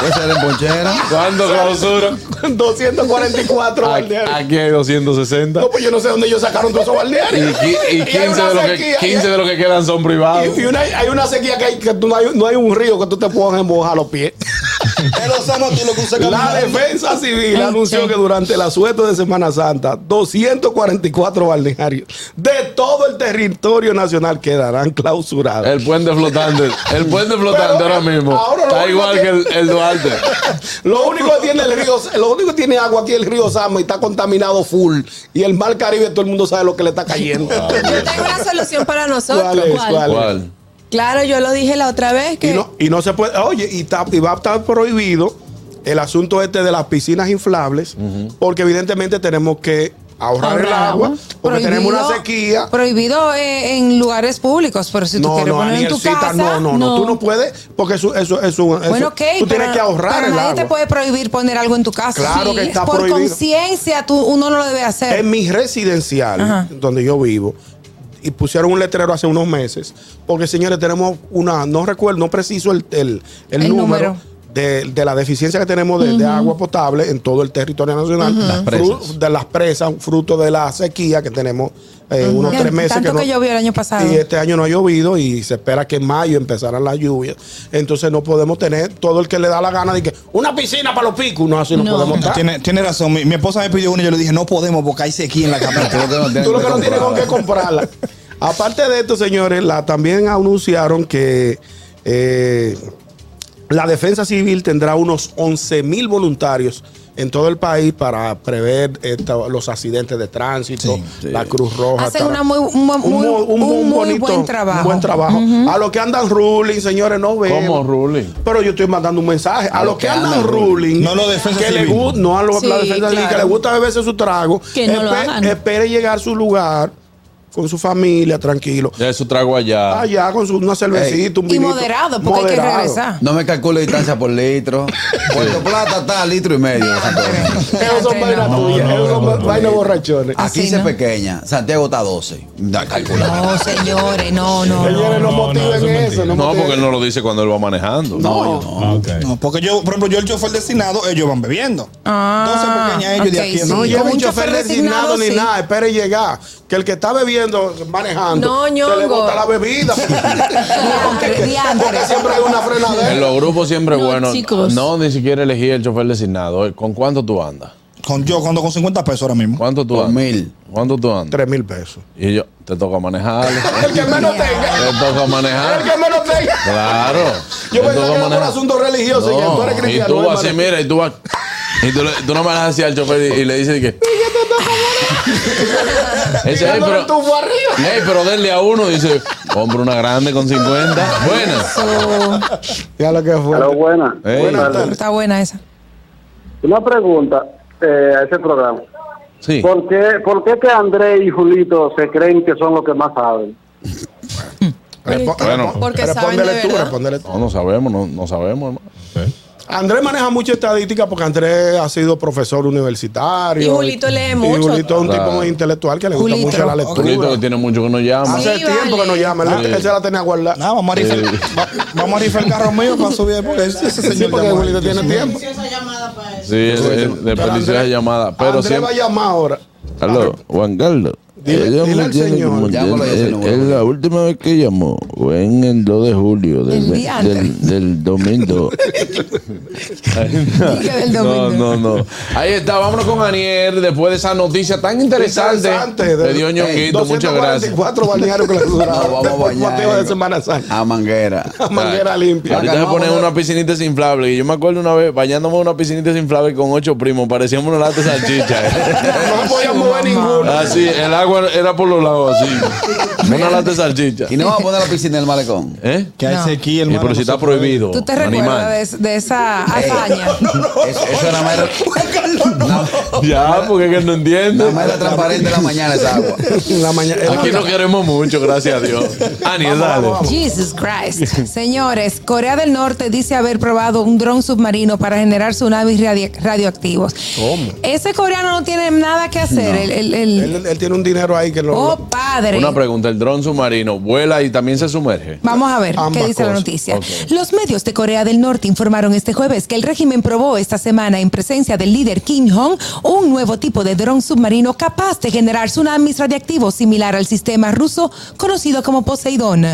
[SPEAKER 6] esa era en ponchera.
[SPEAKER 2] ¿Cuándo clausura?
[SPEAKER 5] 244 balnearios.
[SPEAKER 2] Aquí hay 260.
[SPEAKER 5] No, pues yo no sé dónde ellos sacaron todos esos
[SPEAKER 2] Y,
[SPEAKER 5] balnearios.
[SPEAKER 2] qui- y
[SPEAKER 5] hay
[SPEAKER 2] 15,
[SPEAKER 5] una
[SPEAKER 2] de lo que,
[SPEAKER 5] sequía,
[SPEAKER 2] 15 de lo que quedan son privados.
[SPEAKER 5] Y, y una- hay una sequía que, hay, que tú no, hay, no hay un río que tú te puedas embojar los pies. La defensa civil anunció que durante el asueto de Semana Santa, 244 balnearios de todo el territorio nacional quedarán clausurados.
[SPEAKER 2] El puente flotante. El puente flotante
[SPEAKER 5] Pero
[SPEAKER 2] ahora mismo.
[SPEAKER 5] ahora lo
[SPEAKER 2] Está
[SPEAKER 5] único
[SPEAKER 2] igual
[SPEAKER 5] que-
[SPEAKER 2] que el, el Duarte.
[SPEAKER 5] Lo único que tiene el río, lo único que tiene agua aquí es el río Sama y está contaminado full. Y el mar Caribe todo el mundo sabe lo que le está cayendo.
[SPEAKER 10] Yo tengo una solución para nosotros.
[SPEAKER 5] ¿Cuál es?
[SPEAKER 7] ¿Cuál?
[SPEAKER 5] ¿Cuál es?
[SPEAKER 2] ¿Cuál?
[SPEAKER 10] Claro, yo lo dije la otra vez
[SPEAKER 5] Y
[SPEAKER 10] que.
[SPEAKER 5] no, y no se puede, Pues, oye, y, está- y va a estar prohibido el asunto este de las piscinas inflables, porque evidentemente tenemos que ahorrar el agua, porque tenemos una
[SPEAKER 4] Prohibido-
[SPEAKER 5] sequía.
[SPEAKER 4] Prohibido eh, en lugares públicos, pero si tú
[SPEAKER 5] No,
[SPEAKER 4] quieres
[SPEAKER 5] no,
[SPEAKER 4] poner en tu
[SPEAKER 5] Anielcita,
[SPEAKER 4] casa.
[SPEAKER 5] no, no, no, tú no puedes, porque eso, eso, eso, eso-
[SPEAKER 4] Bueno, ok,
[SPEAKER 5] tú tienes
[SPEAKER 4] pero-
[SPEAKER 5] que ahorrar
[SPEAKER 4] pero
[SPEAKER 5] el
[SPEAKER 4] nadie te
[SPEAKER 5] agua.
[SPEAKER 4] puede prohibir poner algo en tu casa.
[SPEAKER 5] Claro que está
[SPEAKER 4] Por
[SPEAKER 5] prohibido.
[SPEAKER 4] conciencia, tú uno no lo debe hacer.
[SPEAKER 5] En mi residencial,
[SPEAKER 4] Ajá.
[SPEAKER 5] donde yo vivo, y pusieron un letrero hace unos meses, porque señores, tenemos una, no recuerdo, no preciso el, el, el
[SPEAKER 4] El
[SPEAKER 5] número.
[SPEAKER 4] número.
[SPEAKER 5] De, de la deficiencia que tenemos de, de agua potable en todo el territorio nacional,
[SPEAKER 4] Ujú. Las
[SPEAKER 5] Fru-
[SPEAKER 2] presas.
[SPEAKER 5] de las presas, fruto de la sequía que tenemos eh, unos
[SPEAKER 4] Ya,
[SPEAKER 5] tres meses.
[SPEAKER 4] Tanto que,
[SPEAKER 5] no-
[SPEAKER 4] llovió el año pasado.
[SPEAKER 5] Y este año no ha llovido y se espera que en mayo empezaran las lluvias. Entonces no podemos tener todo el que le da la gana de que una piscina para los picos. No, así no, podemos estar.
[SPEAKER 12] Tiene, tiene razón. Mi, mi esposa me pidió una y yo le dije, no podemos porque hay sequía en la capital.
[SPEAKER 5] Tú lo que no tienes con qué comprarla. Aparte de esto, señores, la, también anunciaron que eh, la defensa civil tendrá unos 11 mil voluntarios en todo el país para prever esta- los accidentes de tránsito, la Cruz Roja.
[SPEAKER 4] Hacen
[SPEAKER 5] tal.
[SPEAKER 4] una muy, un, muy-
[SPEAKER 5] Un mo- un
[SPEAKER 4] un
[SPEAKER 5] buen
[SPEAKER 4] muy
[SPEAKER 5] bonito-
[SPEAKER 4] buen trabajo.
[SPEAKER 5] un buen trabajo. A los que andan ruling, señores, no veo.
[SPEAKER 2] ¿Cómo ruling?
[SPEAKER 5] Pero yo estoy mandando un mensaje. A, los que, andan ruling,
[SPEAKER 12] No los defensa
[SPEAKER 5] que le
[SPEAKER 12] civil.
[SPEAKER 5] gu- no a los,
[SPEAKER 12] Sí,
[SPEAKER 5] la defensa civil, que
[SPEAKER 12] claro.
[SPEAKER 5] le gusta beberse su trago,
[SPEAKER 12] Que no lo
[SPEAKER 5] espe-
[SPEAKER 12] hagan.
[SPEAKER 5] espere llegar a su lugar con su familia, tranquilo.
[SPEAKER 2] Ya eso trago allá.
[SPEAKER 5] Allá con su, una cervecita, un
[SPEAKER 4] Y
[SPEAKER 5] vinito.
[SPEAKER 4] moderado, porque hay que regresar.
[SPEAKER 6] No me calculo distancia por litro. Puerto Plata está litro y medio.
[SPEAKER 4] Ah,
[SPEAKER 5] Esos son vainas tuyas, esos son vainas borrachones.
[SPEAKER 6] Aquí
[SPEAKER 5] Así
[SPEAKER 6] se
[SPEAKER 5] no.
[SPEAKER 6] pequeña. Santiago está 12. Da calculado.
[SPEAKER 4] No, señores, no, no.
[SPEAKER 5] Señores, no motiven eso.
[SPEAKER 2] No, porque él no lo dice cuando él va manejando.
[SPEAKER 12] No, No, porque yo, por ejemplo, yo el chofer designado, ellos van bebiendo.
[SPEAKER 4] Ah,
[SPEAKER 12] Entonces, pequeña, ellos de
[SPEAKER 4] ok,
[SPEAKER 12] aquí.
[SPEAKER 4] sí.
[SPEAKER 5] No
[SPEAKER 4] Con
[SPEAKER 5] lleva un
[SPEAKER 4] un
[SPEAKER 5] chofer
[SPEAKER 4] chofer
[SPEAKER 5] designado
[SPEAKER 4] designado,
[SPEAKER 5] ni
[SPEAKER 4] sí.
[SPEAKER 5] nada, espere llegar. Que el que está bebiendo, manejando,
[SPEAKER 10] No,
[SPEAKER 5] se le
[SPEAKER 10] ñongo.
[SPEAKER 5] bota la bebida. porque, porque siempre hay una frenadera.
[SPEAKER 2] En los grupos siempre
[SPEAKER 5] No,
[SPEAKER 2] bueno.
[SPEAKER 5] chicos.
[SPEAKER 2] No, ni siquiera elegí el chofer designado. Eh, ¿Con cuánto tú andas?
[SPEAKER 12] Con yo, cuando con 50 pesos ahora mismo.
[SPEAKER 2] ¿Cuánto tú
[SPEAKER 12] Con
[SPEAKER 2] andas?
[SPEAKER 12] mil.
[SPEAKER 2] ¿Cuánto tú andas?
[SPEAKER 5] Tres mil pesos.
[SPEAKER 2] Y yo, te toca manejar.
[SPEAKER 5] El que menos tenga.
[SPEAKER 2] te toca manejar.
[SPEAKER 5] El que menos tenga.
[SPEAKER 2] Claro.
[SPEAKER 5] Yo
[SPEAKER 2] Te toca
[SPEAKER 5] pensaba que era por
[SPEAKER 2] manejar.
[SPEAKER 5] asunto religioso. y que tú eres
[SPEAKER 2] No, y
[SPEAKER 5] cristiano.
[SPEAKER 2] tú
[SPEAKER 5] hermano.
[SPEAKER 2] así, mira, y tú vas. Y tú, le- tú no manejas así al chofer y, y le dices que. Ese, "Ey,
[SPEAKER 5] Tirándole el
[SPEAKER 2] pero,
[SPEAKER 5] tufo arriba.
[SPEAKER 2] ey, pero denle a uno, dice, compra una grande con 50. Buenas.
[SPEAKER 5] Ya lo que fue.
[SPEAKER 9] buena.
[SPEAKER 2] Ey.
[SPEAKER 9] Buenas tardes.
[SPEAKER 4] Está buena esa.
[SPEAKER 9] Una pregunta eh, a ese programa.
[SPEAKER 2] Sí.
[SPEAKER 9] ¿Por qué, ¿Por qué que André y Julito se creen que son los que más saben?
[SPEAKER 5] Respo-
[SPEAKER 2] Bueno.
[SPEAKER 5] respo-
[SPEAKER 2] Porque
[SPEAKER 5] respóndele
[SPEAKER 2] saben de
[SPEAKER 5] tú,
[SPEAKER 2] verdad.
[SPEAKER 5] respóndele tú.
[SPEAKER 2] No, no sabemos, no, no sabemos, hermano.
[SPEAKER 5] Andrés maneja mucha estadística porque Andrés ha sido profesor universitario.
[SPEAKER 10] Y Julito lee mucho.
[SPEAKER 5] Y Julito es un
[SPEAKER 2] Claro.
[SPEAKER 5] tipo muy intelectual que le gusta
[SPEAKER 10] Julito.
[SPEAKER 5] mucho la lectura.
[SPEAKER 2] Julito que tiene mucho que no llama.
[SPEAKER 5] Hace
[SPEAKER 10] Sí,
[SPEAKER 5] tiempo que no
[SPEAKER 10] vale.
[SPEAKER 5] llama. Él,
[SPEAKER 2] Sí.
[SPEAKER 5] él se la tenía guardada.
[SPEAKER 12] Ah, vamos a rifar,
[SPEAKER 2] Sí.
[SPEAKER 12] va- vamos a rifar el carro mío para subir porque ese ese señor
[SPEAKER 5] porque
[SPEAKER 12] llamó.
[SPEAKER 5] Julito tiene tiempo.
[SPEAKER 2] Sí, es, es- de petición de llamada. Pero
[SPEAKER 5] Andrés va a
[SPEAKER 2] siempre.
[SPEAKER 5] llamar ahora.
[SPEAKER 2] Aló, Juan Carlos.
[SPEAKER 5] Dile-
[SPEAKER 2] Ella
[SPEAKER 5] dile al
[SPEAKER 2] tiene que
[SPEAKER 5] señor.
[SPEAKER 2] montar-
[SPEAKER 5] Llámalo
[SPEAKER 6] ese
[SPEAKER 2] es-
[SPEAKER 6] número.
[SPEAKER 2] es la última vez que llamó fue en el 2 de julio del,
[SPEAKER 4] El
[SPEAKER 2] ve-
[SPEAKER 4] día
[SPEAKER 2] del-
[SPEAKER 4] antes.
[SPEAKER 2] del domingo.
[SPEAKER 4] Dije del
[SPEAKER 2] no,
[SPEAKER 4] domingo.
[SPEAKER 2] no, no. Ahí está, vámonos con Aniel después de esa noticia tan interesante.
[SPEAKER 5] Interesante.
[SPEAKER 2] Te dio ñonguito, muchas gracias.
[SPEAKER 5] 244 balnearios que le
[SPEAKER 6] No, vamos a
[SPEAKER 5] Después
[SPEAKER 6] bañar,
[SPEAKER 5] Mateo de
[SPEAKER 6] eh.
[SPEAKER 5] Semana Santa.
[SPEAKER 6] A manguera.
[SPEAKER 5] Manguera limpia.
[SPEAKER 2] Ah, Ahorita se ponen una piscinita desinflable. Y yo me acuerdo una vez bañándome en una piscinita desinflable con ocho primos. Parecíamos una lata de salchicha. eh.
[SPEAKER 5] No se podía mover ninguno.
[SPEAKER 2] Así, el agua era por los lados así. Una lata de salchicha.
[SPEAKER 6] Y no vamos a poner la piscina en el malecón.
[SPEAKER 2] ¿Eh?
[SPEAKER 12] Que hay
[SPEAKER 4] No.
[SPEAKER 12] sequía,
[SPEAKER 2] Eh,
[SPEAKER 12] hermano.
[SPEAKER 2] pero si está prohibido.
[SPEAKER 4] ¿Tú te
[SPEAKER 2] animal.
[SPEAKER 4] recuerdas de, es- de esa hazaña?
[SPEAKER 6] Eso, eso era mera,
[SPEAKER 2] Ya, porque es que no entiendo.
[SPEAKER 6] mera transparente de la mañana esa agua.
[SPEAKER 5] En la mañana.
[SPEAKER 2] Aquí no queremos mucho, gracias a Dios. Ani, dale.
[SPEAKER 4] Jesus Christ. Señores, Corea del Norte dice haber probado un dron submarino para generar tsunamis radio- radioactivos.
[SPEAKER 5] ¿Cómo?
[SPEAKER 4] Ese coreano no tiene nada que hacer. El, el- el-
[SPEAKER 5] Él, él tiene un dinero ahí que lo.
[SPEAKER 4] Oh, padre.
[SPEAKER 2] Una pregunta, ¿el dron submarino vuela y también se sumerge?
[SPEAKER 4] Vamos a ver
[SPEAKER 5] Ambas
[SPEAKER 4] qué dice la
[SPEAKER 5] cosas.
[SPEAKER 4] noticia.
[SPEAKER 2] Ok.
[SPEAKER 4] Los medios de Corea del Norte informaron este jueves que el régimen probó esta semana en presencia del líder Kim Jong un nuevo tipo de dron submarino capaz de generar tsunamis radiactivos similar al sistema ruso conocido como Poseidón.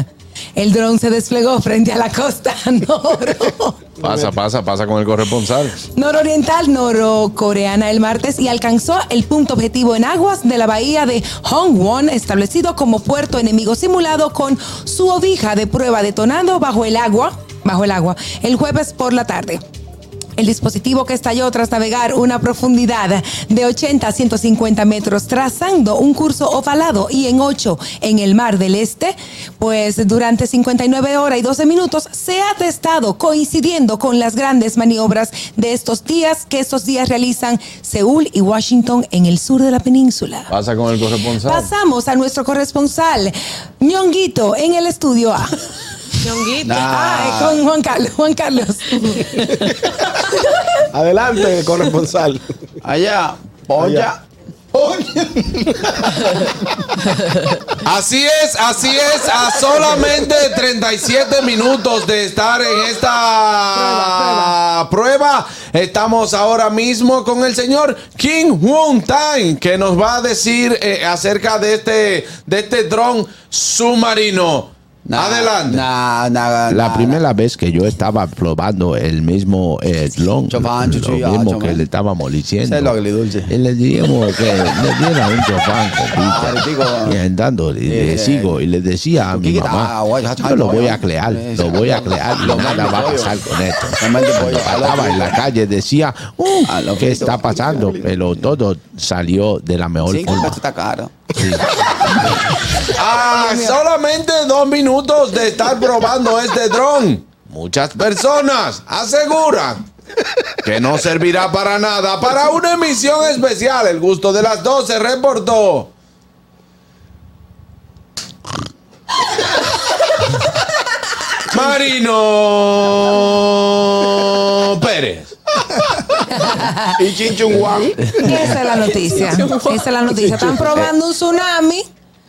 [SPEAKER 4] El dron se desplegó frente a la costa noro-
[SPEAKER 2] Pasa, pasa, pasa con el corresponsal.
[SPEAKER 4] nororiental norocoreana el martes y alcanzó el punto objetivo en aguas de la bahía de Hongwon, establecido como puerto enemigo simulado con su ovija de prueba detonando bajo el agua, bajo el agua, el jueves por la tarde. El dispositivo que estalló tras navegar una profundidad de 80 a 150 metros trazando un curso ovalado y en 8 en el Mar del Este, pues durante 59 horas y 12 minutos se ha testado coincidiendo con las grandes maniobras de estos días que estos días realizan Seúl y Washington en el sur de la península.
[SPEAKER 2] Pasa con el corresponsal.
[SPEAKER 4] Pasamos a nuestro corresponsal, Ñonguito, en el estudio A. Ñonguito.
[SPEAKER 5] Nah.
[SPEAKER 4] con Juan Carlos. Juan Carlos.
[SPEAKER 5] Adelante, corresponsal.
[SPEAKER 6] Allá,
[SPEAKER 5] polla.
[SPEAKER 2] Así es, así es, a solamente 37 minutos de estar en esta prueba, estamos ahora mismo con el señor Kim Won Tan, que nos va a decir eh, acerca de este, de este dron submarino. Adelante.
[SPEAKER 14] La primera vez que yo estaba probando el mismo eh, dron,
[SPEAKER 6] Chofán,
[SPEAKER 14] lo
[SPEAKER 6] chuchuya,
[SPEAKER 14] mismo
[SPEAKER 6] chofán.
[SPEAKER 14] que le estábamos diciendo,
[SPEAKER 6] Ese es lo agridulce.
[SPEAKER 14] y le dijimos que le diera un chofán con pizza.
[SPEAKER 6] Ah, rico.
[SPEAKER 14] y andando, y
[SPEAKER 6] Eh,
[SPEAKER 14] le sigo, y le decía a mi
[SPEAKER 6] Coquita,
[SPEAKER 14] mamá,
[SPEAKER 6] ah, guay, ah,
[SPEAKER 14] yo lo voy
[SPEAKER 6] guay.
[SPEAKER 14] a crear, lo voy a crear, y
[SPEAKER 6] Lo
[SPEAKER 14] nada
[SPEAKER 6] mando
[SPEAKER 14] va a
[SPEAKER 6] pollo.
[SPEAKER 14] pasar con esto.
[SPEAKER 6] Lo mando
[SPEAKER 14] Cuando
[SPEAKER 6] pollo.
[SPEAKER 14] pasaba en la calle decía, "Uh, ¿qué está pasando? Pero todo salió de la mejor
[SPEAKER 6] Sí,
[SPEAKER 14] forma.
[SPEAKER 6] está caro.
[SPEAKER 2] A Ah, solamente dos minutos de estar probando este dron, muchas personas aseguran que no servirá para nada. Para una emisión especial, el gusto de las 12 reportó. Marino Pérez.
[SPEAKER 5] y Chinchun Juan.
[SPEAKER 4] Esa es la noticia. Esa es la noticia. Están probando un tsunami.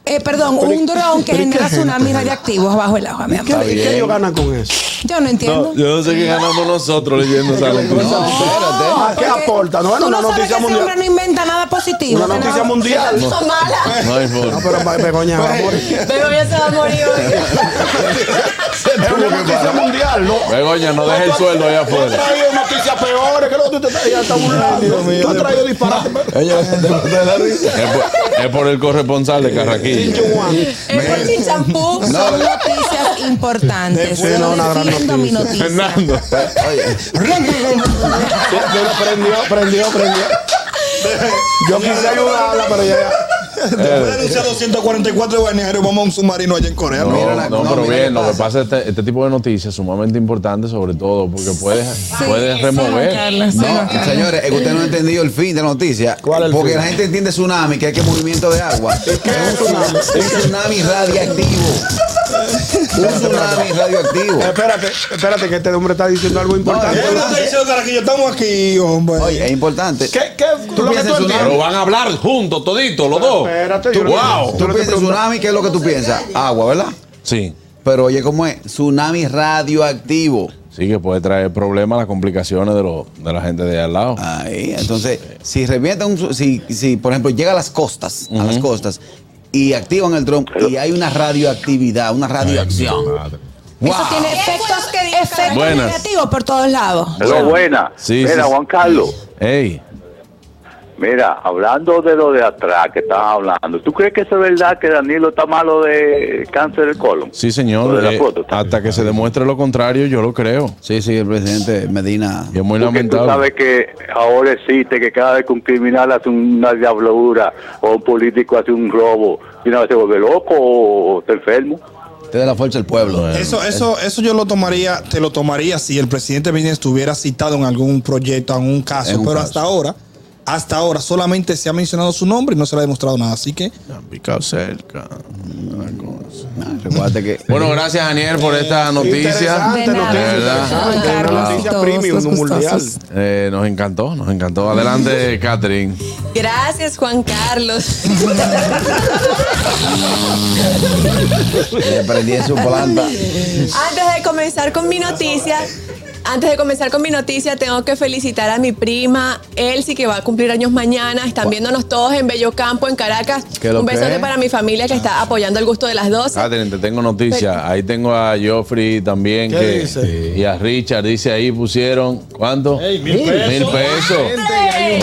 [SPEAKER 4] eh, perdón, un dron que
[SPEAKER 5] eh, pero ¿y qué
[SPEAKER 4] genera
[SPEAKER 5] gente?
[SPEAKER 4] tsunamis radiactivos bajo el agua, mi amor.
[SPEAKER 5] ¿Qué,
[SPEAKER 2] Está
[SPEAKER 5] ¿qué
[SPEAKER 2] bien.
[SPEAKER 5] ellos ganan con eso?
[SPEAKER 4] Yo no entiendo.
[SPEAKER 2] yo no sé qué ganamos nosotros leyendo esa
[SPEAKER 5] Ah, ¿Qué aporta? No,
[SPEAKER 4] Tú
[SPEAKER 5] no, una
[SPEAKER 4] no sabes que
[SPEAKER 5] noticia
[SPEAKER 4] ese hombre
[SPEAKER 5] mundial.
[SPEAKER 4] no inventa nada positivo.
[SPEAKER 5] Una noticia mundial.
[SPEAKER 4] No.
[SPEAKER 5] No.
[SPEAKER 4] Mala.
[SPEAKER 2] No hay forma.
[SPEAKER 5] No, pero Begoña va a morir.
[SPEAKER 10] Begoña se va a morir hoy.
[SPEAKER 5] Es una noticia mundial, ¿no?
[SPEAKER 2] Begoña, no dejes el sueldo allá
[SPEAKER 5] Tú has
[SPEAKER 2] afuera.
[SPEAKER 5] traído noticias peores que lo que tú te estás ya estás burlando. Tú has traído disparates.
[SPEAKER 2] Es por, es por el corresponsal de Carraquillo.
[SPEAKER 4] Es por chinchampú. Son noticias importantes.
[SPEAKER 5] Sí, no, una
[SPEAKER 4] Yo
[SPEAKER 5] gran
[SPEAKER 4] defiendo mi noticia.
[SPEAKER 2] Fernando.
[SPEAKER 5] Prendió, prendió, prendió. Yo quise ayudarla, pero ya.
[SPEAKER 12] Después de
[SPEAKER 2] Eh.
[SPEAKER 12] anunciar 244 guaneros, vamos a un submarino allá en Corea. Mira la-
[SPEAKER 2] No, no,
[SPEAKER 12] no,
[SPEAKER 2] pero
[SPEAKER 12] mira
[SPEAKER 2] bien,
[SPEAKER 12] qué
[SPEAKER 2] lo que
[SPEAKER 12] pasa.
[SPEAKER 2] pasa es este, este tipo de noticias es sumamente importante, sobre todo porque puedes, puedes
[SPEAKER 4] sí,
[SPEAKER 2] remover.
[SPEAKER 4] Juan Carlos, sí,
[SPEAKER 2] No,
[SPEAKER 4] Juan Carlos.
[SPEAKER 6] Señores, es que usted no ha entendido el fin de la noticia. porque
[SPEAKER 2] fin?
[SPEAKER 6] la gente entiende tsunami, que hay que movimiento de agua. Un tsunami radiactivo. Un tsunami radioactivo.
[SPEAKER 5] Espérate, espérate, que este hombre está diciendo algo importante.
[SPEAKER 12] ¿Qué está diciendo, Carajillo? Estamos aquí, hombre.
[SPEAKER 6] Oye, es importante.
[SPEAKER 5] ¿Qué, qué? ¿Tú lo que
[SPEAKER 6] piensas
[SPEAKER 5] tú
[SPEAKER 6] en tsunami?
[SPEAKER 5] entiendes?
[SPEAKER 2] pero van a hablar juntos, toditos, los dos.
[SPEAKER 5] Espérate, yo
[SPEAKER 2] Tú-
[SPEAKER 5] no-
[SPEAKER 2] wow.
[SPEAKER 6] Tú piensas tsunami, ¿qué es lo que tú piensas? Agua, ¿verdad?
[SPEAKER 2] Sí.
[SPEAKER 6] Pero oye, ¿cómo es? Tsunami radioactivo.
[SPEAKER 2] Sí, que puede traer problemas, las complicaciones de, lo- de la gente de al lado.
[SPEAKER 6] Ahí, entonces, si revienta un. su- Si, si, por ejemplo, llega a las costas, a las costas, y activan el dron, y hay una radioactividad, una radioacción. Wow.
[SPEAKER 4] Eso tiene efectos, efectos
[SPEAKER 2] Buenas.
[SPEAKER 4] negativos por todos lados.
[SPEAKER 9] Pero buena.
[SPEAKER 2] Sí,
[SPEAKER 9] Mira,
[SPEAKER 2] sí, sí.
[SPEAKER 9] Juan Carlos.
[SPEAKER 2] Ey,
[SPEAKER 9] Mira, hablando de lo de atrás que estabas hablando, ¿tú crees que eso es verdad que Danilo está malo de cáncer de colon?
[SPEAKER 2] sí,
[SPEAKER 9] Lo
[SPEAKER 2] señor.
[SPEAKER 9] de la
[SPEAKER 2] eh,
[SPEAKER 9] foto,
[SPEAKER 2] hasta que se demuestre lo contrario, yo lo creo.
[SPEAKER 6] Sí, sí, el presidente Medina.
[SPEAKER 2] Y es muy
[SPEAKER 9] Porque tú
[SPEAKER 2] lamentable.
[SPEAKER 9] sabes que ahora existe que cada vez que un criminal hace una diablura o un político hace un robo, y una vez se vuelve loco o está enfermo.
[SPEAKER 6] Te da la fuerza del pueblo.
[SPEAKER 12] Eso, eso, eso yo lo tomaría, te lo tomaría si el presidente Biden estuviera citado en algún proyecto, en un caso,
[SPEAKER 6] En un
[SPEAKER 12] pero
[SPEAKER 6] caso.
[SPEAKER 12] hasta ahora, hasta ahora solamente se ha mencionado su nombre y no se le ha demostrado nada, así que
[SPEAKER 14] Picado cerca.
[SPEAKER 6] Ah, Recuérdate que.
[SPEAKER 2] Bueno, gracias, Daniel, por esta noticia.
[SPEAKER 5] Interesante
[SPEAKER 4] De nada.
[SPEAKER 5] noticia,
[SPEAKER 2] De verdad.
[SPEAKER 5] interesante.
[SPEAKER 4] Juan Carlos y
[SPEAKER 5] Noticia
[SPEAKER 4] todos
[SPEAKER 5] premium
[SPEAKER 4] los
[SPEAKER 5] mundial.
[SPEAKER 4] gustosos.
[SPEAKER 2] Eh, nos encantó, nos encantó. Pues Adelante, Catherine.
[SPEAKER 5] pues.
[SPEAKER 10] Gracias, Juan Carlos.
[SPEAKER 6] Le prendí en su planta.
[SPEAKER 10] Antes de comenzar con mi noticia, antes de comenzar con mi noticia, tengo que felicitar a mi prima Elsie, que va a cumplir años mañana. Están viéndonos todos en Bello Campo, en Caracas.
[SPEAKER 6] ¿Qué lo
[SPEAKER 10] Un besote
[SPEAKER 6] que?
[SPEAKER 10] para mi familia que está apoyando el gusto de las 12.
[SPEAKER 5] Ah,
[SPEAKER 2] Catherine, te tengo noticia. Ahí tengo a Joffrey también.
[SPEAKER 5] ¿Qué
[SPEAKER 2] que,
[SPEAKER 5] dice?
[SPEAKER 2] Y a Richard. Dice ahí pusieron. ¿Cuánto?
[SPEAKER 5] mil pesos.
[SPEAKER 2] Mil pesos.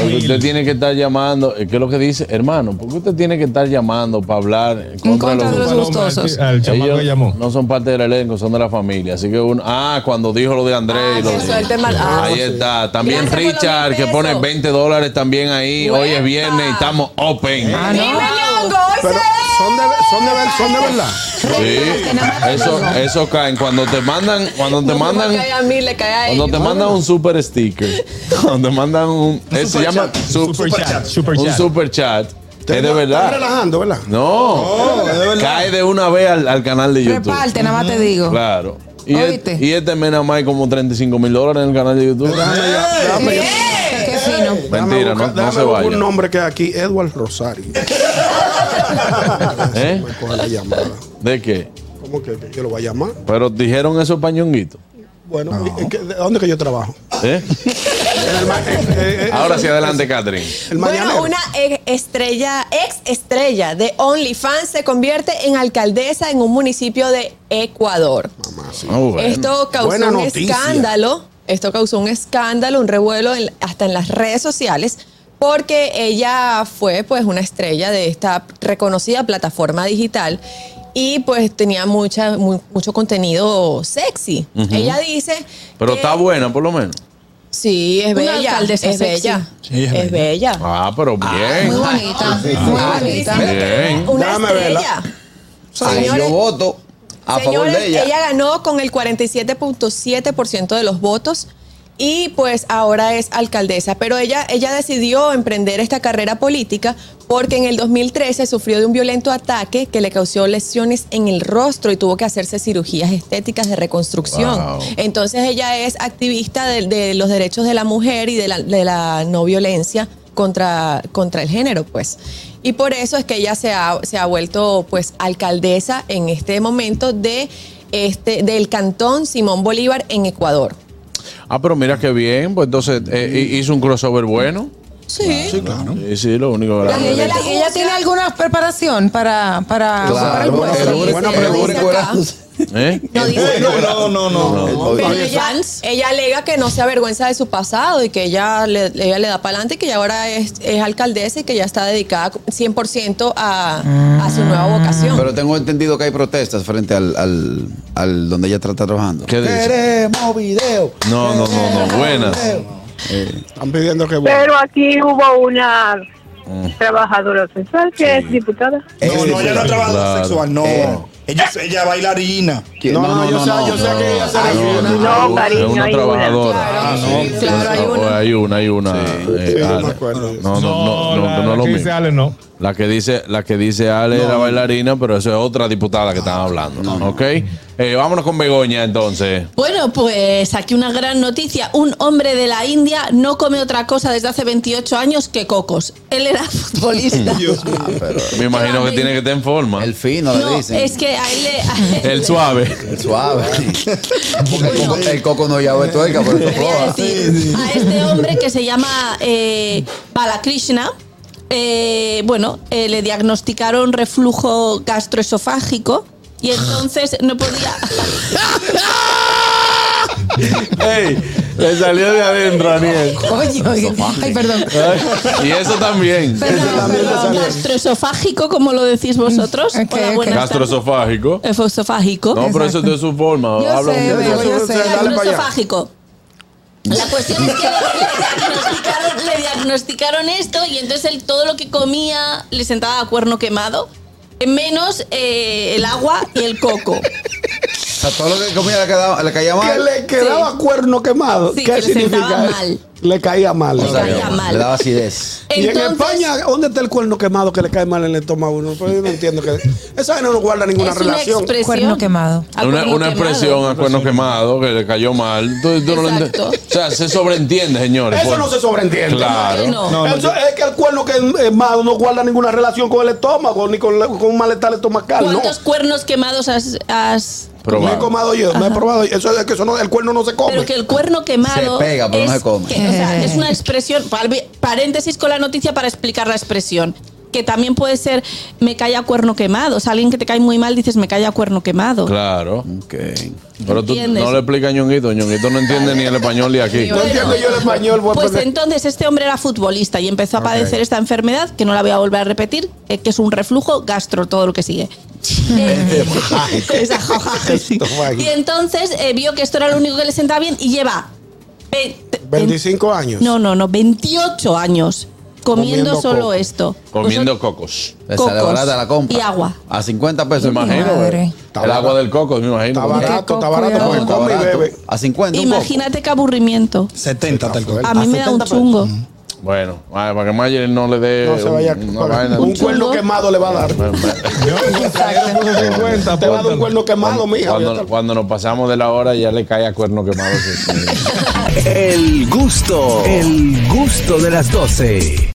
[SPEAKER 2] Porque usted titiene que estar llamando. eh, ¿Qué es lo que dice? Hermano, ¿por qué usted tiene que estar llamando para hablar eh,
[SPEAKER 4] En
[SPEAKER 2] contra,
[SPEAKER 4] contra de los
[SPEAKER 2] los.?
[SPEAKER 4] gustosos.
[SPEAKER 3] Al chamaco
[SPEAKER 2] Ellos
[SPEAKER 3] que llamó.
[SPEAKER 2] no son parte del elenco, son de la familia. Así que uno. Ah, cuando dijo lo de Andrés.
[SPEAKER 10] que
[SPEAKER 2] Ey, lo-
[SPEAKER 10] suelte mal- ah.
[SPEAKER 2] ahí está. También
[SPEAKER 10] Gracias por los
[SPEAKER 2] Richard, que
[SPEAKER 10] besos.
[SPEAKER 2] pone 20 dólares también ahí. Hoy es viernes y estamos open.
[SPEAKER 10] Ah,
[SPEAKER 5] Pero son de, son, de, ver- son de verdad.
[SPEAKER 2] Sí, eso, eso caen. Cuando te mandan, cuando te
[SPEAKER 10] No, como
[SPEAKER 2] mandan,
[SPEAKER 10] cae a mí, le cae a
[SPEAKER 2] cuando
[SPEAKER 10] él.
[SPEAKER 2] te mandan un super sticker, cuando te mandan un, eh, se
[SPEAKER 5] super
[SPEAKER 2] llama
[SPEAKER 5] chat,
[SPEAKER 2] su-
[SPEAKER 5] super chat, super
[SPEAKER 2] un
[SPEAKER 5] chat.
[SPEAKER 2] super chat. Es de
[SPEAKER 5] Están
[SPEAKER 2] verdad.
[SPEAKER 5] relajando, ¿verdad? Oh,
[SPEAKER 2] No,
[SPEAKER 5] es de verdad.
[SPEAKER 2] cae de una vez al, al canal de YouTube.
[SPEAKER 4] Reparte, nada más te digo.
[SPEAKER 2] Claro. Y, este- y este mes nada más hay como 35 mil dólares en el canal de YouTube.
[SPEAKER 4] Qué fino.
[SPEAKER 2] Mentira, no, no
[SPEAKER 5] Déjame
[SPEAKER 2] se
[SPEAKER 5] buscar un
[SPEAKER 2] vaya.
[SPEAKER 5] nombre que hay aquí, Edward Rosario.
[SPEAKER 2] ¿Eh?
[SPEAKER 5] Me coge la llamada.
[SPEAKER 2] ¿De qué?
[SPEAKER 5] ¿Cómo que, que lo va a llamar?
[SPEAKER 2] Pero dijeron eso pañonguito.
[SPEAKER 5] Bueno, ¿en qué- ¿de dónde que yo trabajo?
[SPEAKER 2] ¿Eh? Ahora sí, adelante, Catherine.
[SPEAKER 10] Bueno, una ex estrella, ex estrella de OnlyFans se convierte en alcaldesa en un municipio de Ecuador.
[SPEAKER 2] Ah, bueno.
[SPEAKER 10] Esto causó
[SPEAKER 2] Buena
[SPEAKER 10] un
[SPEAKER 2] noticia.
[SPEAKER 10] escándalo. Esto causó un escándalo, un revuelo en- hasta en las redes sociales, porque ella fue pues una estrella de esta reconocida plataforma digital y pues tenía mucha, mu- mucho contenido sexy.
[SPEAKER 2] Ujú.
[SPEAKER 10] Ella dice
[SPEAKER 2] Pero
[SPEAKER 7] Eh,
[SPEAKER 2] está buena, por lo menos.
[SPEAKER 10] Sí, es
[SPEAKER 7] Una
[SPEAKER 10] bella. Es
[SPEAKER 7] alcaldesa sexy.
[SPEAKER 10] bella.
[SPEAKER 2] Sí,
[SPEAKER 10] es Es bella.
[SPEAKER 2] Ah, pero bien.
[SPEAKER 10] muy bonita, muy bonita.
[SPEAKER 2] Bien.
[SPEAKER 10] Una
[SPEAKER 6] verla.
[SPEAKER 10] estrella.
[SPEAKER 6] Ahí
[SPEAKER 10] Señores,
[SPEAKER 6] yo voto a favor
[SPEAKER 10] Señores,
[SPEAKER 6] de ella.
[SPEAKER 10] ganó con el 47.7% de los votos y pues ahora es alcaldesa. Pero ella, ella decidió emprender esta carrera política porque en el 2013 sufrió de un violento ataque que le causó lesiones en el rostro y tuvo que hacerse cirugías estéticas de reconstrucción.
[SPEAKER 7] Wow.
[SPEAKER 10] Entonces ella es activista de, de los derechos de la mujer y de la, de la no violencia contra, contra el género, pues. Y por eso es que ella se ha, se ha vuelto pues alcaldesa en este momento de este, del cantón Simón Bolívar en Ecuador.
[SPEAKER 2] Ah, pero mira qué bien. Pues entonces eh, hi- hizo un crossover bueno.
[SPEAKER 10] Sí.
[SPEAKER 2] Sí, claro. Sí, sí, lo único
[SPEAKER 4] Ella,
[SPEAKER 2] grande.
[SPEAKER 4] ella- ella tiene alguna preparación para, para, para el puesto.
[SPEAKER 2] ¿Eh?
[SPEAKER 10] No, dice-
[SPEAKER 12] no, no, no.
[SPEAKER 10] Pero ella, ella alega que no se avergüenza de su pasado y que ella le, ella le da para adelante y que ya ahora es, es alcaldesa y que ya está dedicada 100% a, a su nueva vocación.
[SPEAKER 6] Pero tengo entendido que hay protestas frente al, al, al donde ella tra- está trabajando.
[SPEAKER 2] ¿Qué
[SPEAKER 6] Queremos video.
[SPEAKER 2] No, no, no, no. Buenas.
[SPEAKER 5] Están pidiendo que vuelva.
[SPEAKER 8] Pero aquí hubo una trabajadora sexual que es diputada.
[SPEAKER 6] Este,
[SPEAKER 12] No, no, ella no es trabajadora
[SPEAKER 2] Claro.
[SPEAKER 12] sexual, no.
[SPEAKER 2] Eh.
[SPEAKER 12] Ella, es- ella es bailarina.
[SPEAKER 6] No, no, no, no,
[SPEAKER 12] sé que ella se
[SPEAKER 2] No, Es una trabajadora.
[SPEAKER 10] Claro, hay
[SPEAKER 2] O- o
[SPEAKER 10] una.
[SPEAKER 2] hay una, hay una. eh,
[SPEAKER 3] Ah, Sí, yo me
[SPEAKER 2] Ale.
[SPEAKER 3] acuerdo.
[SPEAKER 2] no, no, no, no, no,
[SPEAKER 3] la-
[SPEAKER 2] no
[SPEAKER 3] la
[SPEAKER 2] lo
[SPEAKER 3] que
[SPEAKER 2] mismo.
[SPEAKER 3] dice Ale, no.
[SPEAKER 2] La que dice, la que dice Ale era bailarina, pero eso es otra diputada que
[SPEAKER 3] Ah,
[SPEAKER 2] están hablando. ¿Ok? Eh, vámonos con Begoña entonces.
[SPEAKER 7] Bueno, pues aquí una gran noticia. Un hombre de la India no come otra cosa desde hace 28 años que cocos. Él era futbolista.
[SPEAKER 2] Me imagino que tiene que estar en forma. El
[SPEAKER 6] fino
[SPEAKER 7] No, es que a él le...
[SPEAKER 2] El suave.
[SPEAKER 6] El suave. Porque el, coco, el coco no llave tuerca, pero eso floja.
[SPEAKER 7] a este hombre que se llama eh, Balakrishna. eh, bueno, eh, le diagnosticaron reflujo gastroesofágico y entonces no podía.
[SPEAKER 2] ¡Ey! Le salió de adentro, Daniel.
[SPEAKER 4] Oye, oye. Ay, perdón.
[SPEAKER 2] Y eso también.
[SPEAKER 7] gastroesofágico, como lo decís vosotros. Hola, buenas
[SPEAKER 2] Gastroesofágico.
[SPEAKER 7] tardes. Esofágico.
[SPEAKER 2] No, pero eso es de su forma.
[SPEAKER 7] Yo
[SPEAKER 2] Habla
[SPEAKER 7] sé,
[SPEAKER 2] un-
[SPEAKER 7] Bego, yo sé.
[SPEAKER 2] Dale para allá.
[SPEAKER 7] Gastroesofágico. La cuestión es que le diagnosticaron, le diagnosticaron esto y entonces él todo lo que comía le sentaba a cuerno quemado, menos eh, el agua y el coco.
[SPEAKER 6] O sea, todo lo que comía le quedaba, le caía mal.
[SPEAKER 5] Que le quedaba cuerno quemado.
[SPEAKER 7] Sí,
[SPEAKER 5] ¿Qué
[SPEAKER 7] que le
[SPEAKER 5] significa?
[SPEAKER 7] sentaba
[SPEAKER 5] eso?
[SPEAKER 7] mal.
[SPEAKER 5] Le caía mal.
[SPEAKER 6] O sea,
[SPEAKER 7] caía mal.
[SPEAKER 6] Le daba acidez.
[SPEAKER 5] y en España, ¿dónde está el cuerno quemado que le cae mal en el estómago? No, pues yo no entiendo que. Esa vaina no guarda ninguna
[SPEAKER 7] Es una
[SPEAKER 5] relación.
[SPEAKER 7] expresión. Cuerno
[SPEAKER 4] quemado.
[SPEAKER 2] Una, una expresión a cuerno quemado que le cayó mal. Tú- tú no lo entiendes.
[SPEAKER 7] Exacto.
[SPEAKER 2] o sea, se sobreentiende, señores.
[SPEAKER 5] Eso
[SPEAKER 2] Por-
[SPEAKER 5] no se sobreentiende.
[SPEAKER 2] Claro.
[SPEAKER 5] No, no, Eso es que el cuerno quemado no guarda ninguna relación con el estómago ni con, la- con un malestar estomacal. No.
[SPEAKER 7] ¿Cuántos cuernos quemados has, has
[SPEAKER 5] Me he comado yo, me he probado. yo. Eso es que eso no, el cuerno no se come.
[SPEAKER 7] Pero que el cuerno quemado.
[SPEAKER 5] Se pega, pero
[SPEAKER 7] es
[SPEAKER 5] no se come.
[SPEAKER 7] que- o sea, es una expresión. palvi- Paréntesis con la noticia para explicar la expresión. Que también puede ser me cae a cuerno quemado. O sea, alguien que te cae muy mal dices me cae a cuerno quemado.
[SPEAKER 2] Claro. Pero tú
[SPEAKER 7] ¿Entiendes?
[SPEAKER 2] no le explicas a Ñonguito. Ñonguito no entiende ni el español ni aquí.
[SPEAKER 7] Bueno,
[SPEAKER 5] español, voy a
[SPEAKER 7] Pues
[SPEAKER 5] perder.
[SPEAKER 7] entonces este hombre era futbolista y empezó a
[SPEAKER 2] Ok.
[SPEAKER 7] padecer esta enfermedad, que no la voy a volver a repetir, eh, que es un reflujo gastro, todo lo que sigue.
[SPEAKER 5] Este
[SPEAKER 7] Esa joja. Y entonces eh, vio que esto era lo único que le sentaba bien y lleva eh, ve-
[SPEAKER 5] 25 años.
[SPEAKER 7] No, no, no, 28 años comiendo,
[SPEAKER 6] Comiendo
[SPEAKER 7] solo
[SPEAKER 6] coco.
[SPEAKER 7] esto.
[SPEAKER 2] Comiendo cocos.
[SPEAKER 6] Esa de
[SPEAKER 7] Cocos
[SPEAKER 6] barata la compra.
[SPEAKER 7] y agua.
[SPEAKER 6] A 50 pesos.
[SPEAKER 2] Me imagino,
[SPEAKER 7] Madre.
[SPEAKER 2] güey. El agua del coco, me imagino.
[SPEAKER 6] Está barato, está barato,
[SPEAKER 2] Coco,
[SPEAKER 6] porque
[SPEAKER 2] está
[SPEAKER 6] come y
[SPEAKER 2] barato.
[SPEAKER 6] bebe. A 50 un coco.
[SPEAKER 7] Imagínate qué aburrimiento.
[SPEAKER 12] 70 tal cual.
[SPEAKER 7] A mí me da un chungo.
[SPEAKER 2] Bueno, ay, para que Mayer no le dé
[SPEAKER 5] No se vaya-
[SPEAKER 2] una vaina.
[SPEAKER 5] un cuerno quemado le va a dar.
[SPEAKER 2] Te va a dar un cuerno
[SPEAKER 5] quemado, mija.
[SPEAKER 2] Cuando, cuando nos pasamos de la hora ya le cae a cuerno quemado.
[SPEAKER 1] El gusto, el gusto de las 12.